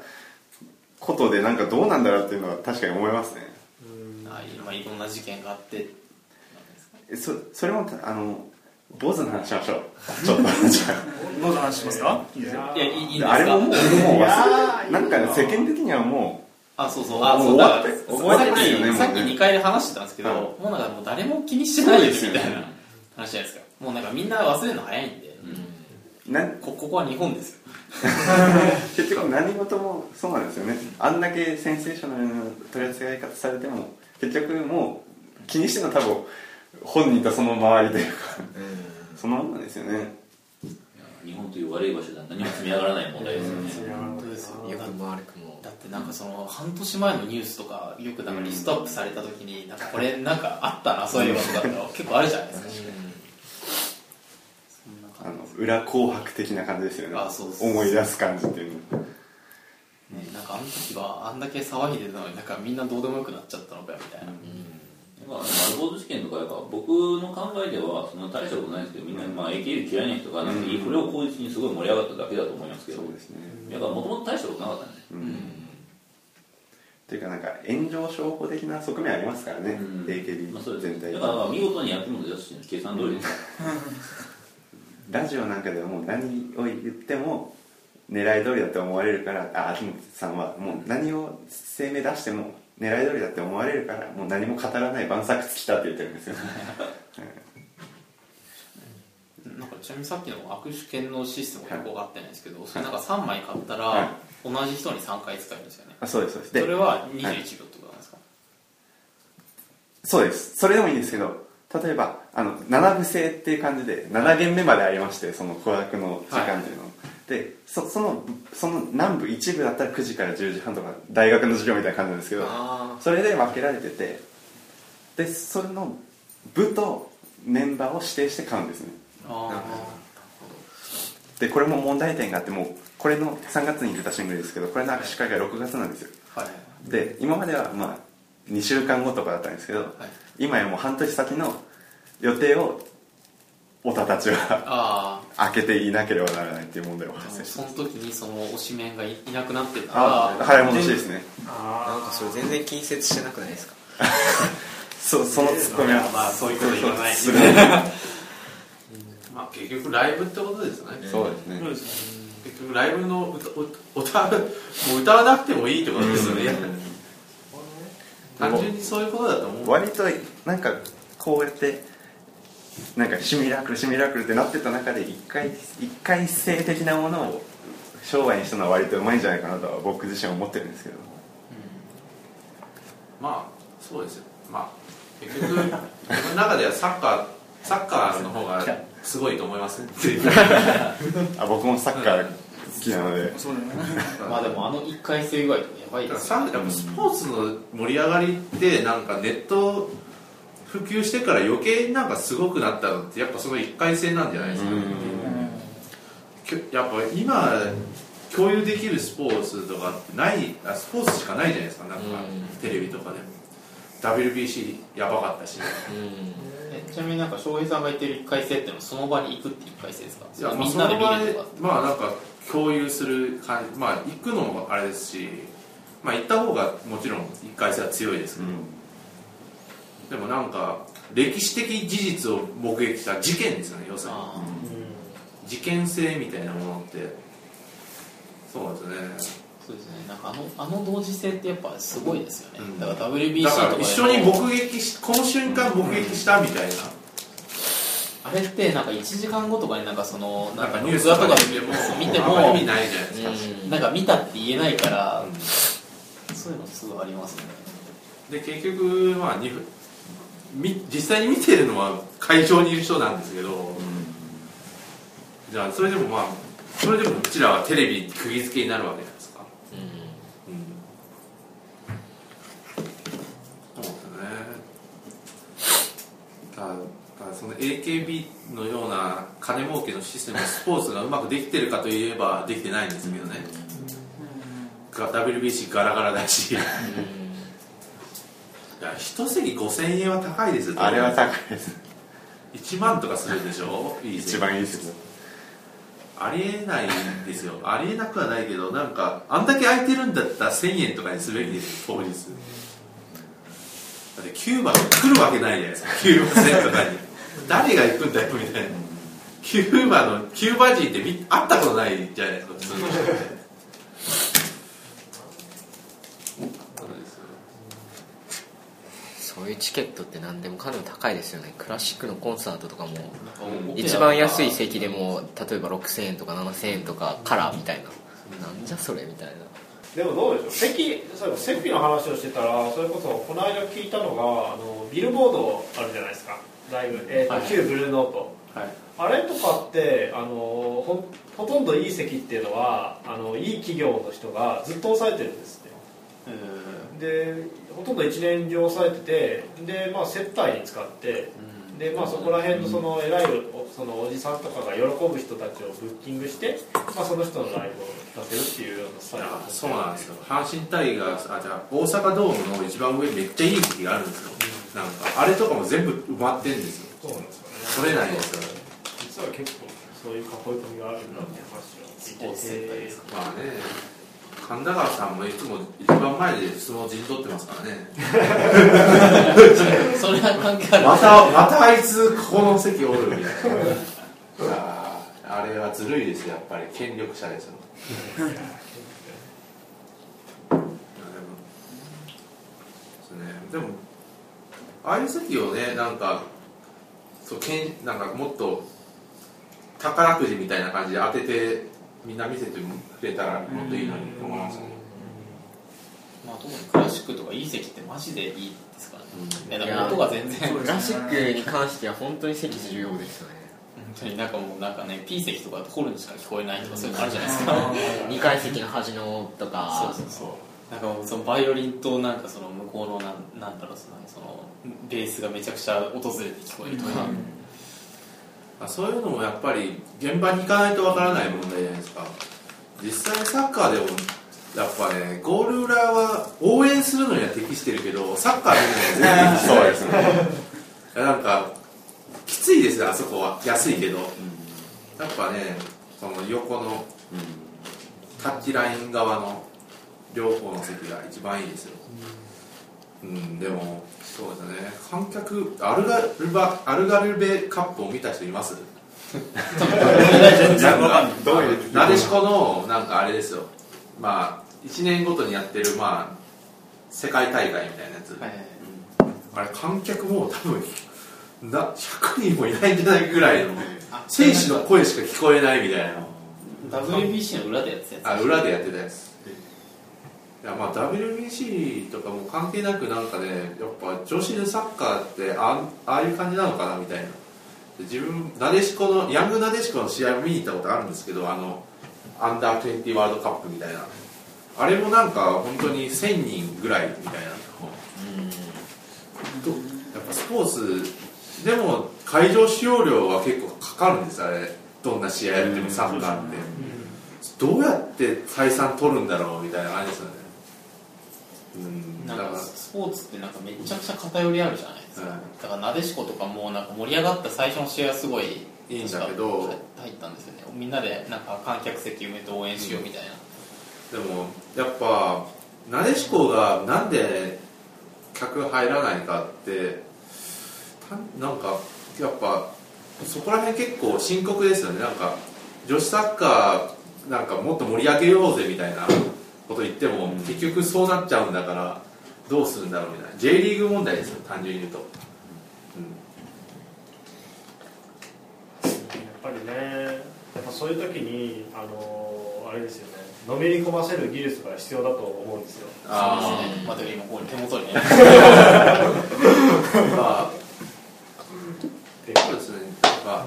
Speaker 8: ことでなんかどうなんだろうっていうのは確かに思いますね
Speaker 2: あいろまあいろんな事件があって
Speaker 8: えそそれもあの坊主の話しましょう <laughs> ちょっとじゃあ
Speaker 6: どうぞ話しますか
Speaker 4: いや
Speaker 2: いやいいいいんですか
Speaker 8: あれももうもう忘れ
Speaker 4: やー
Speaker 8: なんかね世間的にはも
Speaker 2: あそうそううあ
Speaker 8: も
Speaker 2: そう
Speaker 8: う終わって
Speaker 2: だから
Speaker 8: 終わってますよねもうね
Speaker 2: さっきさっき2回で話してたんですけど、
Speaker 8: はい
Speaker 2: もうなんかもう誰も気にしてないですみたい
Speaker 8: そうですよ
Speaker 2: な話じゃないですかもうなんかみんな忘れるの早いんで、
Speaker 8: うなん
Speaker 2: こここは日本ですよ
Speaker 8: 結局何事もそうなんですよねあんだけセンセーショナルな取り扱い方されても結局もう気にしてるのは多分本人とその周りというかそのもんなんですよね
Speaker 5: 日本という悪い場所では何も積み上がらない問題ですよね
Speaker 4: 本当です
Speaker 3: よくも悪くも
Speaker 2: だってなんかその半年前のニュースとかよくなんかリストアップされた時になんかこれなんかあったなそういうのとかって結構あるじゃないですかそんな
Speaker 8: あ
Speaker 2: 感
Speaker 8: の裏紅白的な感じですよね
Speaker 2: あそうそう
Speaker 8: 思い出す感じっていうの
Speaker 2: じねなんかあの時はあんだけ騒いでたのになんかみんなどうでもよくなっちゃったのかよみたいな、
Speaker 5: まあ、丸坊主事件とかやっぱ僕の考えではそんな大したことないんですけどみんな、まあ、AKB 嫌いな人がなんかこれを口実にすごい盛り上がっただけだと思いますけど
Speaker 8: そうですね
Speaker 5: だからもともと大したことなかったんで
Speaker 8: っていうかなんか炎上商法的な側面ありますからね、
Speaker 5: うん
Speaker 8: AKB
Speaker 5: まあ、そうです
Speaker 8: 全体
Speaker 5: だ
Speaker 8: で
Speaker 5: からまあ見事にやっても出すの計算通りです
Speaker 8: ラジオなんかではもう何を言っても狙い通りだって思われるからあ秋元さんはもう何を声明出しても狙い通りだって思われるからもう何も語らない晩作尽きたって言ってるんですよ
Speaker 2: なんかちなみにさっきの握手券のシステムがよく分かってないんですけど、それ
Speaker 8: は
Speaker 2: ないんか3枚買った
Speaker 8: はい
Speaker 2: ら同じ人に3回使えるんですよね、
Speaker 8: <laughs> あそうですそうで
Speaker 2: そ
Speaker 8: す
Speaker 2: れ
Speaker 8: で
Speaker 2: は21秒ってことなんですか、
Speaker 8: そうですそれでもいいんですけど例えばあの7部制っていう感じで7限目までありましてその小学の時間っていうの、でそそのその南部一部だったら9時から10時半とか大学の授業みたいな感じなんですけど
Speaker 3: あ
Speaker 8: それで分けられててでそれの部とメンバーを指定して買うんですね
Speaker 2: あ
Speaker 8: でこれも問題点があってもうこれの3月に出たシングルですけどこれの握手会が6月なんですよ
Speaker 2: あはい
Speaker 8: で今まではまあ2週間後とかだったんですけど、今やもう半年先の予定をオタたちは
Speaker 2: あ
Speaker 8: <laughs> 開けていなければならないっていう問題も
Speaker 2: あ
Speaker 8: 発生して
Speaker 2: その時にその推しメンがいいなくなってた
Speaker 8: あ
Speaker 2: ら
Speaker 8: 早戻しですね
Speaker 3: あなんかそれ全然近接してなくないですか
Speaker 8: そそのツッコミは
Speaker 2: まあそういうこと言わない
Speaker 8: すごい
Speaker 1: まあ結局ライブってことですよねそうです
Speaker 8: ね
Speaker 6: そうですね
Speaker 1: 結局ライブの歌歌歌うもう歌わなくてもいいってことですよね、単純にそういうことだと思う
Speaker 8: 割となんかこうやってなんかシミュラクルシミュラクルってなってた中で一回一回性的なものを商売にしたのは割とうまいんじゃないかなとは僕自身は思ってるんですけど
Speaker 1: まあそうですよまあ結局僕の中ではサッカーサッカーの方がすごいと思いますね
Speaker 8: あ僕もサッカー好きなので
Speaker 6: そうだよね
Speaker 2: まあでもあの一回生具合とかやばいです
Speaker 1: さやっぱスポーツの盛り上がりってなんかネット普及してから余計なんかすごくなったのってやっぱその一回戦なんじゃないですか、きょやっぱ今共有できるスポーツとかってないあスポーツしかないじゃないですかなんかテレビとかでも WBC やばかったし
Speaker 2: えちなみになんか翔平さんが言ってる一回生ってのはその場に行くって一回生ですか
Speaker 1: いやまあ
Speaker 2: みん
Speaker 1: そ
Speaker 2: な
Speaker 1: の
Speaker 2: で見
Speaker 1: 場
Speaker 2: る
Speaker 1: で
Speaker 2: とか
Speaker 1: まあなんか共有する感じまあ行くのもあれですしまあ行った方がもちろん一回戦は強いですけど、でもなんか歴史的事実を目撃した事件ですよね要するに
Speaker 2: あ
Speaker 1: 事件性みたいなものってそうなんですね
Speaker 2: ーそうですねなんかあのあの同時性ってやっぱすごいですよね、
Speaker 1: うん
Speaker 2: だから WBC
Speaker 1: だか
Speaker 2: とからでも
Speaker 1: 一緒に目撃しこの瞬間目撃したみたいな、
Speaker 2: あれってなんか1時間後とかになんかその
Speaker 1: な
Speaker 2: なんん
Speaker 1: か
Speaker 2: か
Speaker 1: ニ
Speaker 2: ニ
Speaker 1: ュ
Speaker 2: ュ
Speaker 1: ース
Speaker 2: ース
Speaker 1: と
Speaker 2: と
Speaker 1: か
Speaker 2: か
Speaker 1: で
Speaker 2: で見て
Speaker 1: あんま
Speaker 2: も
Speaker 1: り意味ないじゃないですか、
Speaker 2: なんか見たって言えないから、そういうのすごいありますね
Speaker 1: で結局まあにみ実際に見てるのは会場にいる人なんですけど、じゃあそれでもまあそれでもうちらはテレビに釘付けになるわけじゃないですかうん、そうだねだだからその AKB のような金儲けのシステムスポーツがうまくできてるかといえばできてないんですけどね、が WBC ガラガラだし、いや一席5000円は高いですよ
Speaker 8: あれは高いです
Speaker 1: 1万とかするでしょいい席
Speaker 8: 一番いいですよ
Speaker 1: ありえないんですよ <laughs> ありえなくはないけどなんかあんだけ空いてるんだったら1000円とかにすべきです当日だってキューバ来るわけないじゃないですか <laughs> キューバ戦とかに誰が行くんだよみたいなキューバのキューバ人ってみ会ったことないじゃないですか普通の人ってそうですよ
Speaker 3: そういうチケットって何でもかなり高いですよねクラシックのコンサートとかも
Speaker 2: なんかオペラとか
Speaker 3: 一番安い席でも例えば6000円とか7000円とかからみたいななんじゃそれみたいな
Speaker 4: でもどうでしょう席そういえば席の話をしてたらそれこそこの間聞いたのがあのビルボードあるじゃないですかライブ、えーと
Speaker 2: はい
Speaker 4: 旧ブルーノート、
Speaker 1: はい
Speaker 4: あれとかってあのほほとんどいい席っていうのはあのいい企業の人がずっと抑えてるんですってでほとんど1年中抑えててで、まあ、接待に使って、でまあ、そこら辺のその偉いおそのおじさんとかが喜ぶ人たちをブッキングして、まあ、その人のライブを立てるっていうようなスタイル
Speaker 1: あそうなんですよ阪神タイガースあじゃあ大阪ドームの一番上めっちゃいい席があるんですよなんかあれとかも全部埋まってんですよ
Speaker 4: そうなんですよね
Speaker 1: 取れないんですよ
Speaker 4: 実は結構そういう囲い込みがあるんだって話を聞いてて、
Speaker 1: まあね神田川さんもいつも一番前で相撲陣取ってますからね
Speaker 2: それは関係ある
Speaker 1: またまたあいつここの席おるみたいなあーあれはずるいですよやっぱり権力者ですよいやでもそうねでもああいう席をねなんかそうけんなんかもっと宝くじみたいな感じで当ててみんな見せてくれたらもっといいのにと思いますね
Speaker 2: まあ、特にクラシックとかいい席ってマジでいいですからね、いやだから音が全然
Speaker 3: クラシックに関しては本当に席重要ですよね
Speaker 2: 本当になんかもうなんかね P 席とかだとホルンしか聞こえないとかそういうのあるじゃないですか、
Speaker 3: 2階席の端のとか
Speaker 2: そうそうそうなんかもうそのバイオリンとなんかその向こうのなんなんだろうそのそのベースがめちゃくちゃ訪れて聞こえるとか、
Speaker 1: あそういうのもやっぱり現場に行かないとわからない問題じゃないですか実際にサッカーでもやっぱねゴール裏は応援するのには適してるけどサッカー見るのには全然適 <laughs> してないですねいやなんかきついですよあそこは安いけど、やっぱねその横のタッチライン側の両方の席が一番いいですよ、うん、でも
Speaker 6: <laughs>
Speaker 1: そうですね観客アルガルバアルガルベカップを見た人います
Speaker 6: 全然わかんない
Speaker 8: どういう
Speaker 1: なでしこのなんかあれですよまあ1年ごとにやってるまあ世界大会みたいなやつ、あれ観客も多分な100人もいないんじゃないぐらいの選手の声しか聞こえないみたいな
Speaker 2: WBC の裏でやってたやつ
Speaker 1: あ裏でやってたやついやまあ WBC とかも関係なくなんかねやっぱ女子のサッカーってあんああいう感じなのかなみたいなで自分なでしこのヤングなでしこの試合見に行ったことあるんですけどあのアンダー20ワールドカップみたいなあれもなんか本当に1000人ぐらいみたいなとやっぱスポーツでも会場使用料は結構かかるんですあれどんな試合やってもサッカーって。どうやって採算取るんだろうみたいな感じですよねうんだ
Speaker 2: な
Speaker 1: か
Speaker 2: んかスポーツってなんかめちゃくちゃ偏りあるじゃないですか、
Speaker 1: はい
Speaker 2: だからなでしことかもなんか盛り上がった最初の試合はすごい
Speaker 1: いいんだけど
Speaker 2: 確か入ったんですよねみんなでなんか観客席埋めて応援しようみたいな、
Speaker 1: らでもやっぱなでしこがなんで客入らないかってたなんかやっぱそこら辺結構深刻ですよねなんか女子サッカーなんかもっと盛り上げようぜみたいなこと言っても、結局そうなっちゃうんだからどうするんだろうみたいな J リーグ問題ですよ単純に言うと、うん
Speaker 4: ぱりねやっぱそういう時にあのあれですよねのめり込ませる技術が必要だと思うんですよ
Speaker 2: そう
Speaker 1: あ
Speaker 2: ですねまあでも今ここに手元にね
Speaker 1: あまあそうですねまあ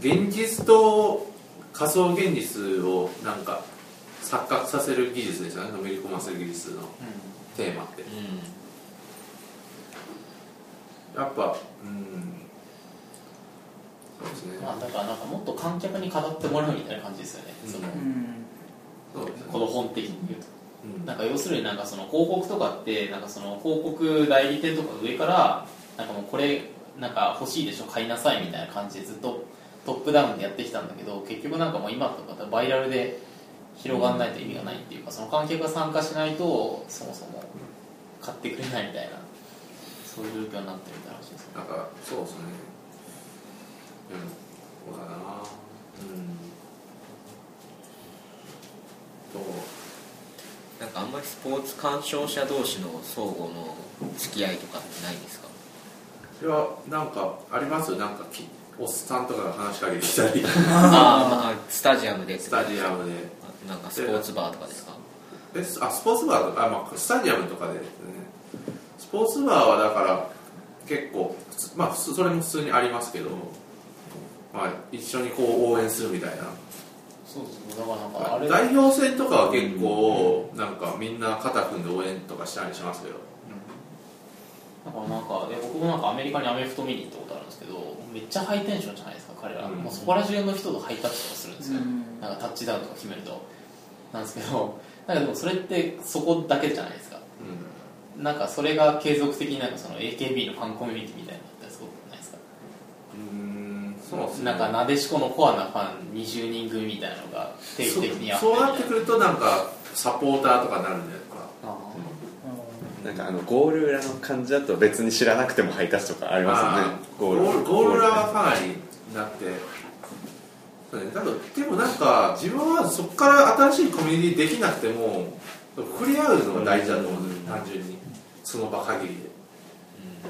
Speaker 1: 現実と仮想現実をなんか錯覚させる技術ですよねのめり込ませる技術のテーマって、やっぱうんそうですね
Speaker 2: まあだからなんかもっと観客に語ってもらうみたいな感じですよね、
Speaker 1: うん
Speaker 2: その
Speaker 6: うん
Speaker 1: そうですね
Speaker 2: この本的に言うと
Speaker 1: うん
Speaker 2: なんか要するになんかその広告とかってなんかその広告代理店とか上からなんかもうこれなんか欲しいでしょ買いなさいみたいな感じでずっとトップダウンでやってきたんだけど結局なんかもう今とかバイラルで広がらないと意味がないっていうかその観客が参加しないとそもそも買ってくれないみたいなそういう状況になってるみたいな話ですね
Speaker 1: なんかそうですねうんそうだなうんそう
Speaker 3: なんかあんまりスポーツ鑑賞者同士の相互の付き合いとかってないんですか
Speaker 1: いやなんかありますよなんかきおっさんとかが話しかけてきたり
Speaker 3: ああスタジアムで
Speaker 1: スタジアムで
Speaker 3: なんかスポーツバーとかですか
Speaker 1: えすあスポーツバーとかあ、まあ、スタジアムとかでですねスポーツバーはだから結構普通まあ普通それも普通にありますけど、まあ、一緒にこう応援するみたいな
Speaker 2: そうですねだからなんかあれ
Speaker 1: 代表戦とかは結構、なんかみんな肩組んで応援とかしたりしますけど
Speaker 2: だからなんかえ僕もなんかアメリカにアメフト見に行ったことあるんですけどめっちゃハイテンションじゃないですか彼ら、
Speaker 1: うん
Speaker 2: もうそこら中の人とハイタッチとかするんですよ、
Speaker 6: うん
Speaker 2: なんかタッチダウンとか決めるとなんですけど <laughs> なんかでもそれってそこだけじゃないですか
Speaker 1: う
Speaker 2: なんかそれが継続的になんかその AKB のファンコミュニティみたいになったりすることないですか
Speaker 1: んうーんそうですね
Speaker 2: なんかなでしこのコアなファン20人組みたいなのが定期的にあ
Speaker 1: そうそうなって
Speaker 2: みた
Speaker 1: く
Speaker 2: い
Speaker 1: るとなんかサポーターとかになるんじゃないですか
Speaker 2: なあー
Speaker 8: なんかあのゴール裏の感じだと別に知らなくてもハイタッチとかありますよね
Speaker 1: あーゴールゴール裏はかなりなってそう、ね、ただでもなんか自分はそこから新しいコミュニティできなくても触れ合うのが大事だと思うんですよ単純にその場限りで、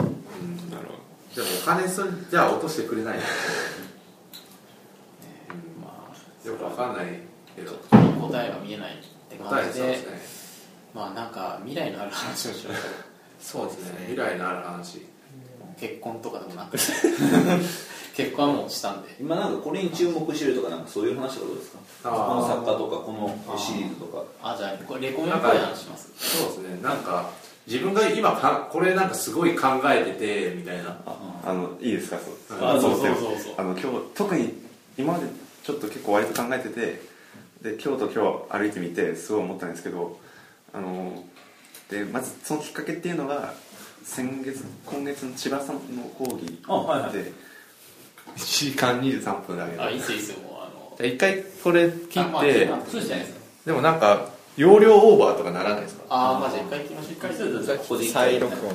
Speaker 1: うんで
Speaker 8: な
Speaker 1: も
Speaker 8: るほど
Speaker 1: お金それじゃあ落としてくれ <laughs> ない
Speaker 2: まあ
Speaker 1: よくわかんないけど
Speaker 2: 答えは見えないって
Speaker 1: 答え
Speaker 2: 感じ
Speaker 1: そう
Speaker 2: で
Speaker 1: ですね
Speaker 2: まあなんか未来のある話をしよう
Speaker 1: そうですね未来のある話
Speaker 2: 結婚とかでもなく結婚はもうしたんで
Speaker 5: 今なんかこれに注目してるとかなんかそういう話はどうですかこ
Speaker 1: あー
Speaker 5: の作家とかこのシリーズとか
Speaker 2: あじゃあこれレコメンっぽい話します
Speaker 1: そうですねなんか自分が今かこれなんかすごい考えててみたいな
Speaker 8: あのいいですかそう
Speaker 1: あ
Speaker 2: そうそう
Speaker 8: でも
Speaker 2: そうそう
Speaker 8: あの今日特に今までちょっと結構割と考えててで今日と今日歩いてみてすごい思ったんですけどあのでまずそのきっかけっていうのが先月今月の千葉さんの講義で、
Speaker 5: あはいはい
Speaker 8: 1時間23分だけど
Speaker 2: あいいっすよいいっすよもうあの
Speaker 1: じゃあ一回これ切
Speaker 2: あま
Speaker 1: っ
Speaker 2: あ
Speaker 1: て
Speaker 2: そうじゃないですか
Speaker 1: でもなんか容量オーバーとかならないですか
Speaker 2: あーまあじゃあ一回行きましょう一回
Speaker 5: 一回それぞれここで一
Speaker 3: 再
Speaker 5: 回
Speaker 3: 録音